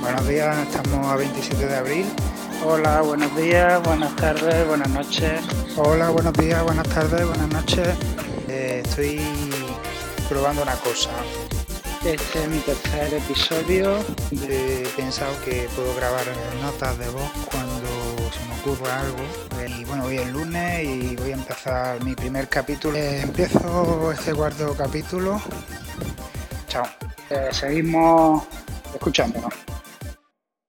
Buenos días, estamos a 27 de abril. Hola, buenos días, buenas tardes, buenas noches. Hola, buenos días, buenas tardes, buenas noches. Eh, estoy probando una cosa. Este es mi tercer episodio. Eh, he pensado que puedo grabar notas de voz cuando se me ocurra algo. Eh, Y bueno, hoy es lunes y voy a empezar mi primer capítulo. Eh, empiezo este cuarto capítulo. Chao. Eh, seguimos escuchándonos.